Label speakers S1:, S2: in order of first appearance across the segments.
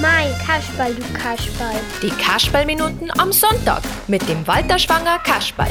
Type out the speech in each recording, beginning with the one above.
S1: Mein Kasperl, du Kasperl.
S2: Die Kasperlminuten am Sonntag mit dem Walter Schwanger Kasperl.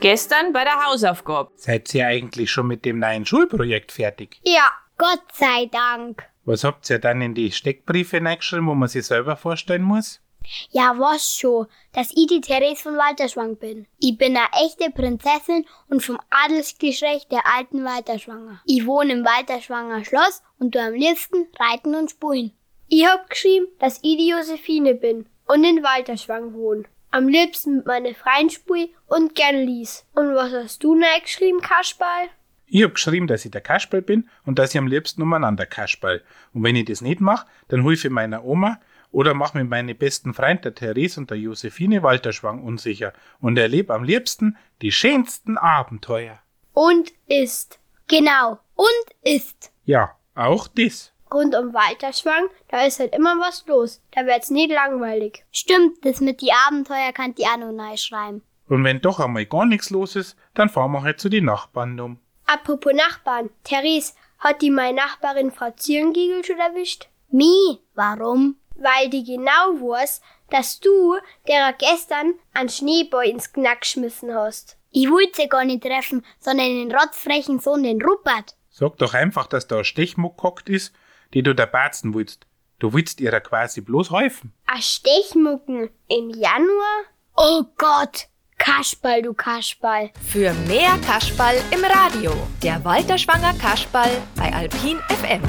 S3: Gestern bei der Hausaufgabe.
S4: Seid ihr eigentlich schon mit dem neuen Schulprojekt fertig?
S1: Ja, Gott sei Dank.
S4: Was habt ihr dann in die Steckbriefe hineingeschrieben, wo man sich selber vorstellen muss?
S1: Ja, was schon, dass ich die Therese von Walterschwang bin. Ich bin eine echte Prinzessin und vom Adelsgeschlecht der alten Walterschwanger. Ich wohne im Walterschwanger Schloss und tu am liebsten reiten und spulen. Ich hab geschrieben, dass ich die Josephine bin und in Walterschwang wohne. Am liebsten mit meinen Freien spul und gern lies. Und was hast du noch geschrieben, Kasperl?
S4: Ich hab geschrieben, dass ich der Kasperl bin und dass ich am liebsten umeinander Kasperl. Und wenn ich das nicht mache, dann helfe ich meiner Oma oder mache mit meinen besten Freunden, der Therese und der Josephine Walterschwang, unsicher und erlebe am liebsten die schönsten Abenteuer.
S1: Und ist. Genau, und ist.
S4: Ja, auch das.
S1: Rund um Walterschwang, da ist halt immer was los. Da wird's nie langweilig. Stimmt, das mit die Abenteuer kann die Anonai schreiben.
S4: Und wenn doch einmal gar nichts los ist, dann fahren wir halt zu den Nachbarn um.
S1: Apropos Nachbarn, Therese, hat die meine Nachbarin Frau Zierengigel schon erwischt? Mi, warum? Weil die genau wusst, dass du derer gestern an Schneeboy ins Knack geschmissen hast. Ich wollte sie gar nicht treffen, sondern den rotzfrechen Sohn, den Rupert.
S4: Sag doch einfach, dass da ein Stechmuck gehockt ist, die du da batzen willst. Du willst ihrer quasi bloß helfen.
S1: A Stechmucken im Januar? Oh Gott! Kasperl, du Kasperl.
S2: Für mehr Kasperl im Radio. Der Walter Schwanger Kasperl bei Alpin FM.